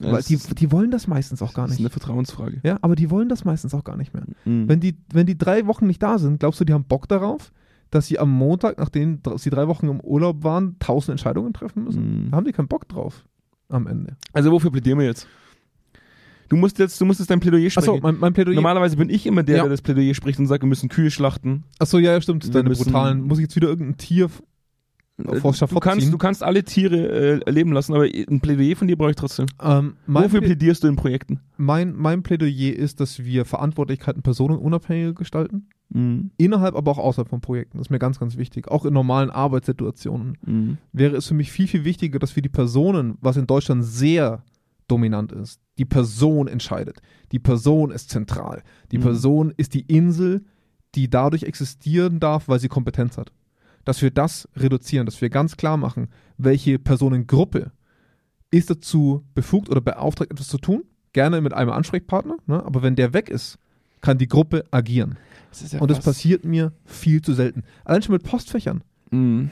A: Ja,
B: Weil
A: das
B: die,
A: ist-
B: die wollen das meistens auch gar
A: Das ist eine
B: nicht.
A: Vertrauensfrage.
B: Ja, aber die wollen das meistens auch gar nicht mehr.
A: Mhm.
B: Wenn die, wenn die drei Wochen nicht da sind, glaubst du, die haben Bock darauf, dass sie am Montag, nachdem dr- sie drei Wochen im Urlaub waren, tausend Entscheidungen treffen müssen?
A: Mhm.
B: Da haben die keinen Bock drauf am Ende.
A: Also wofür plädieren wir jetzt? Du musst jetzt, du musst jetzt dein Plädoyer
B: Achso,
A: sprechen.
B: mein, mein Plädoyer.
A: Normalerweise bin ich immer der,
B: Ja.
A: der das Plädoyer spricht und sagt, wir müssen Kühe schlachten.
B: Achso, ja, ja, stimmt.
A: Wir
B: Deine
A: müssen-
B: brutalen. Muss ich jetzt wieder irgendein Tier
A: Äh,
B: vor
A: Du
B: Schafott
A: kannst,
B: ziehen?
A: du kannst alle Tiere äh, leben lassen, aber ein Plädoyer von dir brauche ich trotzdem.
B: Ähm, mein,
A: Wofür
B: Plä
A: plädierst du in Projekten?
B: mein, mein Plädoyer ist, dass wir Verantwortlichkeiten personenunabhängiger gestalten.
A: Mhm.
B: Innerhalb, aber auch außerhalb von Projekten. Das ist mir ganz, ganz wichtig. Auch in normalen Arbeitssituationen
A: Mhm.
B: wäre es für mich viel, viel wichtiger, dass wir die Personen, was in Deutschland sehr dominant ist, die Person entscheidet. Die Person ist zentral. Die
A: Mhm.
B: Person ist die Insel, die dadurch existieren darf, weil sie Kompetenz hat. Dass wir das reduzieren, dass wir ganz klar machen, welche Personengruppe ist dazu befugt oder beauftragt, etwas zu tun. Gerne mit einem Ansprechpartner, ne? aber wenn der weg ist, kann die Gruppe agieren.
A: Das ist ja
B: Und das
A: fast-
B: passiert mir viel zu selten. Allein schon mit Postfächern Mm.
A: Mhm.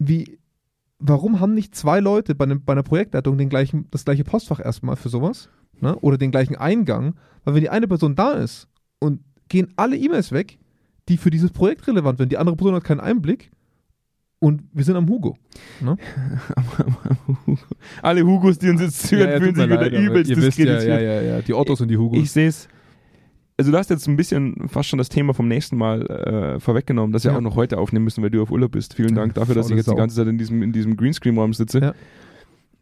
B: wie, warum haben nicht zwei Leute bei, einem, bei einer Projektleitung den gleichen, das gleiche Postfach erstmal für sowas? ne? oder den gleichen Eingang, weil wenn die eine Person da ist und gehen alle E-Mails weg, die für dieses Projekt relevant sind, die andere Person hat keinen Einblick und wir sind am Hugo.
A: Alle Hugos, die uns jetzt zuhören, fühlen sich wieder übelst diskreditiert.
B: ja, ja, ja, die Ottos und die Hugos.
A: Ich sehe es. Also du hast jetzt ein bisschen fast schon das Thema vom nächsten Mal äh, vorweggenommen, das wir
B: Ja.
A: auch noch heute aufnehmen müssen, weil du auf Urlaub bist. Vielen
B: Ja,
A: Dank dafür, dass ich
B: faule
A: jetzt die
B: Sau.
A: ganze Zeit in diesem, in diesem Greenscreen-Raum sitze.
B: Ja.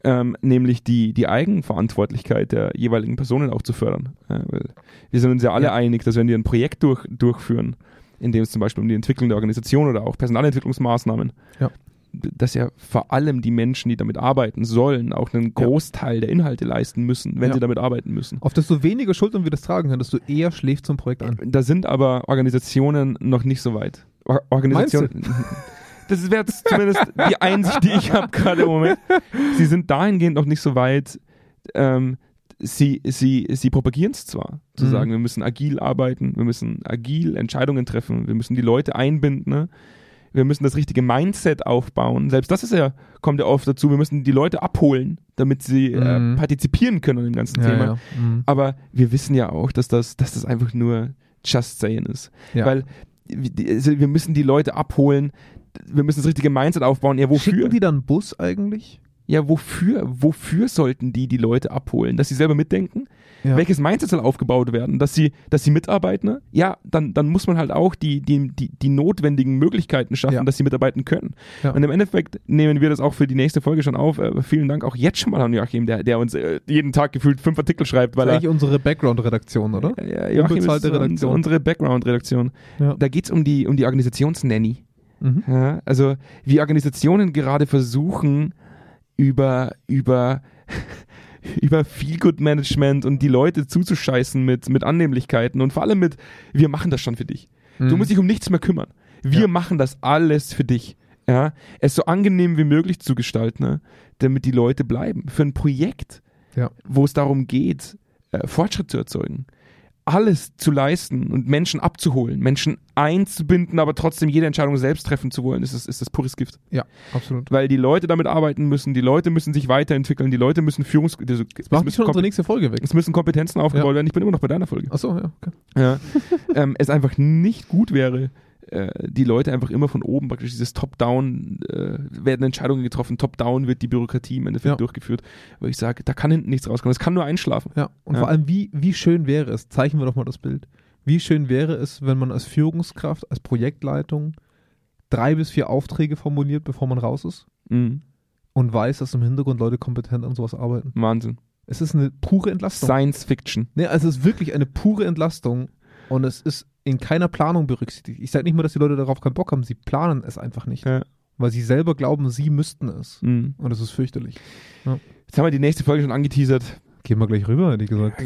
A: Ähm, nämlich die, die Eigenverantwortlichkeit der jeweiligen Personen auch zu fördern. Äh, weil wir sind uns ja alle
B: Ja.
A: einig, dass wenn wir ein Projekt durch, durchführen, in dem es zum Beispiel um die Entwicklung der Organisation oder auch Personalentwicklungsmaßnahmen,
B: Ja.
A: d- dass ja vor allem die Menschen, die damit arbeiten sollen, auch einen Großteil der Inhalte leisten müssen, wenn
B: Ja.
A: sie damit arbeiten müssen.
B: Auf desto weniger Schultern wir das tragen können, desto eher schläft so ein Projekt an.
A: Da sind aber Organisationen noch nicht so weit. Or Organisationen. [laughs] Das wäre jetzt zumindest die Einsicht, die ich habe gerade im Moment. Sie sind dahingehend noch nicht so weit. Ähm, sie sie, sie propagieren es zwar, zu
B: Mhm.
A: sagen, wir müssen agil arbeiten, wir müssen agil Entscheidungen treffen, wir müssen die Leute einbinden, ne? wir müssen das richtige Mindset aufbauen. Selbst das ist ja, kommt ja oft dazu, wir müssen die Leute abholen, damit sie äh,
B: Mhm.
A: partizipieren können an dem ganzen Thema.
B: Mhm.
A: Aber wir wissen ja auch, dass das, dass das einfach nur just saying ist.
B: Ja.
A: Weil wir- die- also wir müssen die Leute abholen, wir müssen das richtige Mindset aufbauen. Ja, wofür?
B: Schicken die dann Bus eigentlich?
A: ja, wofür? Wofür sollten die die Leute abholen? Dass sie selber mitdenken?
B: Ja.
A: Welches Mindset soll aufgebaut werden? Dass sie, dass sie mitarbeiten? ne? Ja, dann, dann muss man halt auch die, die, die, die notwendigen Möglichkeiten schaffen,
B: Ja.
A: dass sie mitarbeiten können.
B: Ja.
A: Und im Endeffekt nehmen wir das auch für die nächste Folge schon auf. Äh, vielen Dank auch jetzt schon mal an Joachim, der, der uns äh, jeden Tag gefühlt fünf Artikel schreibt, weil
B: Das ist
A: er
B: eigentlich unsere Background-Redaktion, oder?
A: ja, Joachim
B: Unbezahlte
A: ist so
B: Redaktion.
A: unsere Background-Redaktion.
B: Ja.
A: Da geht es um die, um die Organisationsnanny.
B: Mhm.
A: Ja, also wie Organisationen gerade versuchen, über, über, [laughs] über Feel-Good-Management und die Leute zuzuscheißen mit, mit Annehmlichkeiten und vor allem mit, wir machen das schon für dich. Du
B: Mhm.
A: musst dich um nichts mehr kümmern. Wir
B: Ja.
A: machen das alles für dich. Ja, es so angenehm wie möglich zu gestalten, ne? damit die Leute bleiben. Für ein Projekt,
B: Ja.
A: wo es darum geht, äh, Fortschritt zu erzeugen, alles zu leisten und Menschen abzuholen, Menschen einzubinden, aber trotzdem jede Entscheidung selbst treffen zu wollen, ist das, ist das pures Gift.
B: ja, absolut.
A: Weil die Leute damit arbeiten müssen, die Leute müssen sich weiterentwickeln, die Leute müssen Führungs... Also, es,
B: Macht
A: müssen
B: schon unsere
A: Kompe-
B: nächste Folge weg.
A: es müssen Kompetenzen aufgebaut werden. Ich bin immer noch bei deiner Folge
B: Achso, ja, okay. [laughs]
A: ja, ähm, es einfach nicht gut wäre, äh, die Leute einfach immer von oben praktisch dieses Top-Down äh, werden Entscheidungen getroffen, Top-Down wird die Bürokratie im Endeffekt
B: Ja.
A: durchgeführt, weil ich sage, da kann hinten nichts rauskommen, es kann nur einschlafen.
B: Ja, und
A: Ja.
B: vor allem, wie, wie schön wäre es, zeichnen wir doch mal das Bild, wie schön wäre es, wenn man als Führungskraft, als Projektleitung drei bis vier Aufträge formuliert, bevor man raus ist
A: Mhm.
B: und weiß, dass im Hintergrund Leute kompetent an sowas arbeiten.
A: Wahnsinn.
B: Es ist eine pure Entlastung.
A: Science Fiction.
B: Nee, also es ist wirklich eine pure Entlastung und es ist in keiner Planung berücksichtigt. Ich sage nicht mal, dass die Leute darauf keinen Bock haben, sie planen es einfach nicht,
A: Ja.
B: weil sie selber glauben, sie müssten es.
A: Mhm.
B: Und das ist fürchterlich.
A: Jetzt haben wir die nächste Folge schon angeteasert.
B: Gehen wir gleich rüber, hätte ich gesagt.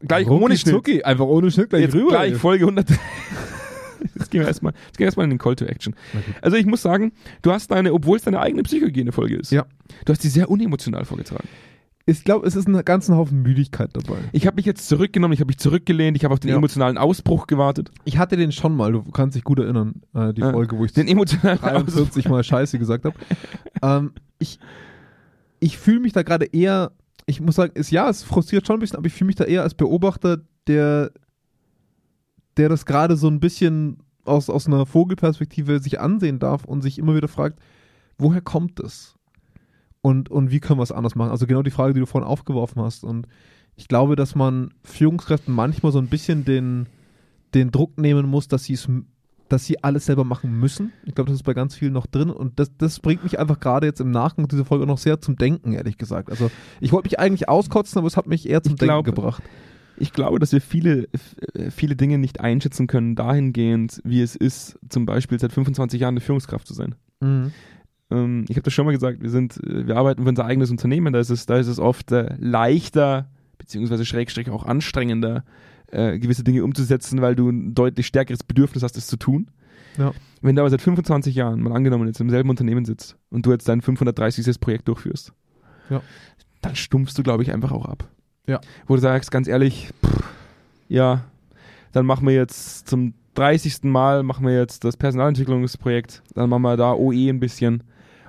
A: Gleich ohne Schnitt.
B: Zucki, einfach ohne Schnitt gleich
A: Jetzt
B: rüber.
A: gleich
B: ey.
A: Folge 100. [laughs] Jetzt gehen wir erstmal jetzt gehen wir erstmal in den Call to Action.
B: Na gut.
A: Also ich muss sagen, du hast deine, obwohl es deine eigene psychogene Folge ist,
B: Ja.
A: du hast die sehr unemotional vorgetragen.
B: Ich glaube, es ist ein ganzen Haufen Müdigkeit dabei.
A: Ich habe mich jetzt zurückgenommen, ich habe mich zurückgelehnt, ich habe auf den
B: Ja.
A: emotionalen Ausbruch gewartet.
B: Ich hatte den schon mal, du kannst dich gut erinnern, äh, die
A: Ja.
B: Folge, wo ich
A: Den emotionalen Ausbruch.
B: 43 Mal Scheiße
A: [laughs]
B: gesagt habe. ähm, ich ich fühle mich da gerade eher, ich muss sagen, ist, ja, es frustriert schon ein bisschen, aber ich fühle mich da eher als Beobachter, der, der das gerade so ein bisschen aus, aus einer Vogelperspektive sich ansehen darf und sich immer wieder fragt, woher kommt es? Und, und wie können wir es anders machen? Also genau die Frage, die du vorhin aufgeworfen hast. Und ich glaube, dass man Führungskräften manchmal so ein bisschen den, den Druck nehmen muss, dass sie es m- dass sie alles selber machen müssen. Ich glaube, das ist bei ganz vielen noch drin und das, das bringt mich einfach gerade jetzt im Nachgang dieser Folge auch noch sehr zum Denken, ehrlich gesagt. Also ich wollte mich eigentlich auskotzen, aber es hat mich eher zum
A: Ich glaub-
B: Denken gebracht.
A: Ich glaube, dass wir viele, f- äh, viele Dinge nicht einschätzen können, dahingehend, wie es ist, zum Beispiel seit 25 Jahren eine Führungskraft zu sein.
B: Mhm.
A: Ähm, ich habe das schon mal gesagt, wir, sind, äh, wir arbeiten für unser eigenes Unternehmen, da ist es, da ist es oft äh, leichter, beziehungsweise schrägstrich auch anstrengender, äh, gewisse Dinge umzusetzen, weil du ein deutlich stärkeres Bedürfnis hast, es zu tun.
B: Ja.
A: Wenn du aber seit 25 Jahren, mal angenommen, jetzt im selben Unternehmen sitzt und du jetzt dein 530. Projekt durchführst,
B: Ja.
A: dann stumpfst du, glaube ich, einfach auch ab.
B: Ja.
A: Wo du sagst, ganz ehrlich, pff, ja, dann machen wir jetzt zum 30. Mal machen wir jetzt das Personalentwicklungsprojekt, dann machen wir da OE E ein bisschen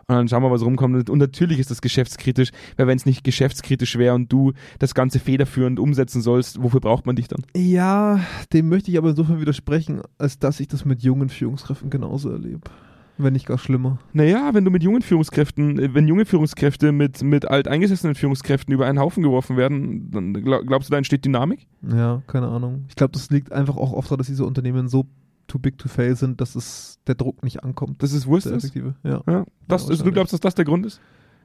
A: Und dann schauen wir, was rumkommt. Und natürlich ist das geschäftskritisch, weil wenn es nicht geschäftskritisch wäre und du das Ganze federführend umsetzen sollst, wofür braucht man dich dann?
B: Ja, dem möchte ich aber insofern widersprechen, als dass ich das mit jungen Führungskräften genauso erlebe. Wenn nicht gar schlimmer.
A: Naja, wenn du mit jungen Führungskräften, äh, wenn junge Führungskräfte mit, mit alteingesessenen Führungskräften über einen Haufen geworfen werden, dann glaub, glaubst du, da entsteht Dynamik?
B: Ja, keine Ahnung. Ich glaube, das liegt einfach auch oft daran, dass diese Unternehmen so too big to fail sind, dass es der Druck nicht ankommt.
A: Das ist Wurst.
B: Der
A: ist?
B: effektive. Ja.
A: Ja, das, also du
B: wahrscheinlich.
A: glaubst, dass das der Grund ist?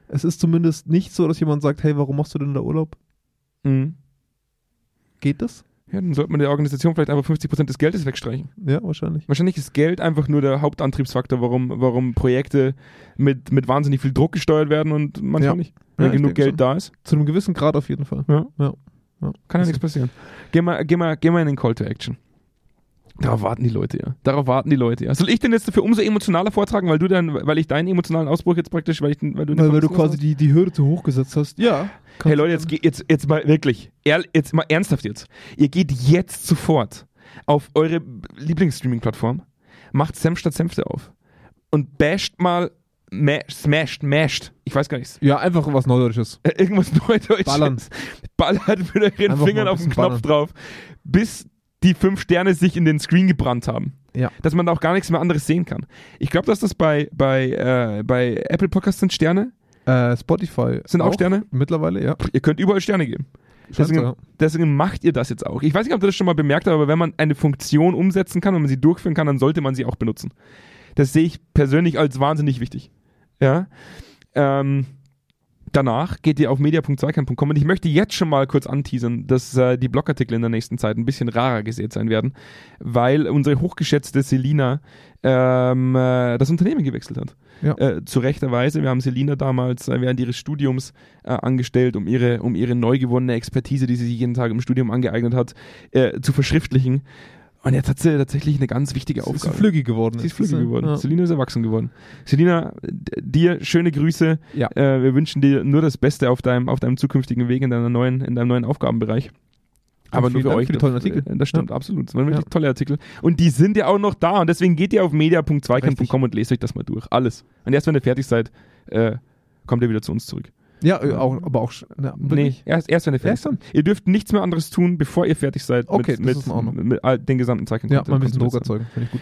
B: Es ist zumindest nicht so, dass jemand sagt, hey, warum machst du denn da Urlaub?
A: Mhm.
B: Geht das?
A: Ja, dann sollte man der Organisation vielleicht einfach 50% des Geldes wegstreichen.
B: Ja, wahrscheinlich.
A: Wahrscheinlich ist Geld einfach nur der Hauptantriebsfaktor, warum, warum Projekte mit, mit wahnsinnig viel Druck gesteuert werden und manchmal
B: Ja.
A: nicht.
B: Ja,
A: Wenn
B: ich
A: genug
B: denke
A: Geld
B: schon.
A: da ist,
B: Zu einem gewissen Grad auf jeden Fall.
A: Ja.
B: Ja. ja.
A: kann ja
B: Also,
A: nichts passieren. Geh mal, geh, mal, geh mal in den Call to Action. Darauf warten die Leute, ja. Darauf warten die Leute, ja. Soll ich denn jetzt dafür umso emotionaler vortragen, weil du dann, weil ich deinen emotionalen Ausbruch jetzt praktisch, weil ich den, weil du den
B: Weil, weil du
A: Fokus
B: quasi die, die Hürde zu hoch gesetzt hast. Ja.
A: Hey Leute, jetzt, ge- jetzt, jetzt mal wirklich, ehrl- jetzt mal ernsthaft jetzt. Ihr geht jetzt sofort auf eure Lieblingsstreaming-Plattform, macht Senf statt Senfte auf und basht mal, ma- smasht, masht, ich weiß gar nichts.
B: Ja, einfach was Neudeutsches.
A: Äh, [laughs] Irgendwas Neudeutsches.
B: Ballern.
A: Ballert mit euren
B: Einfach mal
A: Fingern
B: ein
A: auf den
B: bisschen
A: Knopf
B: ballern.
A: drauf, bis die fünf Sterne sich in den Screen gebrannt haben
B: Ja.
A: dass man da auch gar nichts mehr anderes sehen kann. Ich glaube, dass das bei, bei, äh, bei Apple Podcasts sind Sterne,
B: Äh, Spotify.
A: sind auch, Sterne.
B: Mittlerweile, ja.
A: Ihr könnt überall Sterne geben.
B: Scheint
A: Deswegen,
B: so, ja.
A: deswegen macht ihr das jetzt auch. Ich weiß nicht, ob ihr das schon mal bemerkt habt, aber wenn man eine Funktion umsetzen kann, wenn man sie durchführen kann, dann sollte man sie auch benutzen. Das sehe ich persönlich als wahnsinnig wichtig. Ja. Ähm, danach geht ihr auf media.zweikern.com und ich möchte jetzt schon mal kurz anteasern, dass äh, die Blogartikel in der nächsten Zeit ein bisschen rarer gesät sein werden, weil unsere hochgeschätzte Selina ähm, äh, das Unternehmen gewechselt hat.
B: Ja.
A: Äh, zu rechter Weise. Wir haben Selina damals äh, während ihres Studiums äh, angestellt, um ihre, um ihre neu gewonnene Expertise, die sie sich jeden Tag im Studium angeeignet hat, äh, zu verschriftlichen. Und jetzt hat sie tatsächlich eine ganz wichtige
B: Sie ist
A: Aufgabe.
B: flügge geworden.
A: Sie ist
B: jetzt.
A: flügge geworden.
B: Ja.
A: Selina ist erwachsen geworden. Selina, d- dir schöne Grüße.
B: Ja.
A: Äh, wir wünschen dir nur das Beste auf deinem, auf deinem zukünftigen Weg in, deiner neuen, in deinem neuen Aufgabenbereich. Aber nur
B: vielen
A: für
B: Dank
A: euch.
B: für die tollen
A: das- äh,
B: Artikel.
A: Das stimmt, absolut. Das waren wirklich
B: Ja.
A: tolle Artikel. Und die sind ja auch noch da. Und deswegen geht ihr auf media.zweikern.com und lest euch das mal durch. Alles. Und erst wenn ihr fertig seid, äh, kommt ihr wieder zu uns zurück.
B: Ja, äh, auch, aber auch. sch- Na,
A: Nee,
B: wirklich?
A: erst, erst wenn ihr fertig
B: Erst dann?
A: seid. Ihr dürft nichts mehr anderes tun, bevor ihr fertig seid
B: Okay, das
A: mit,
B: ist in
A: mit,
B: Ordnung.
A: mit, all- den gesamten Zeichen.
B: Ja, mal ein bisschen Druck erzeugen. Finde ich gut.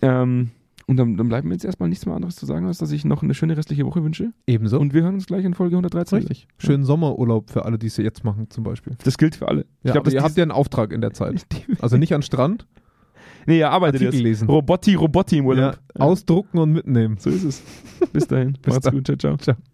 A: Ähm, und dann, dann bleibt mir jetzt erstmal nichts mehr anderes zu sagen, als dass ich noch eine schöne restliche Woche wünsche.
B: Ebenso.
A: Und wir hören uns gleich in Folge 113.
B: Richtig. Schönen Sommerurlaub für alle, die es jetzt machen, zum Beispiel.
A: Das gilt für alle.
B: Ja,
A: glaub,
B: aber
A: das
B: ihr habt ja einen Auftrag [laughs] in der Zeit. Also nicht an Strand,
A: Nee, ihr arbeitet
B: Artikel
A: jetzt.
B: lesen.
A: Robotti, Robotti im Urlaub.
B: Ja, ausdrucken und mitnehmen.
A: So ist es. Bis dahin.
B: Bis
A: Macht's
B: dann.
A: gut. Ciao, ciao.
B: Ciao.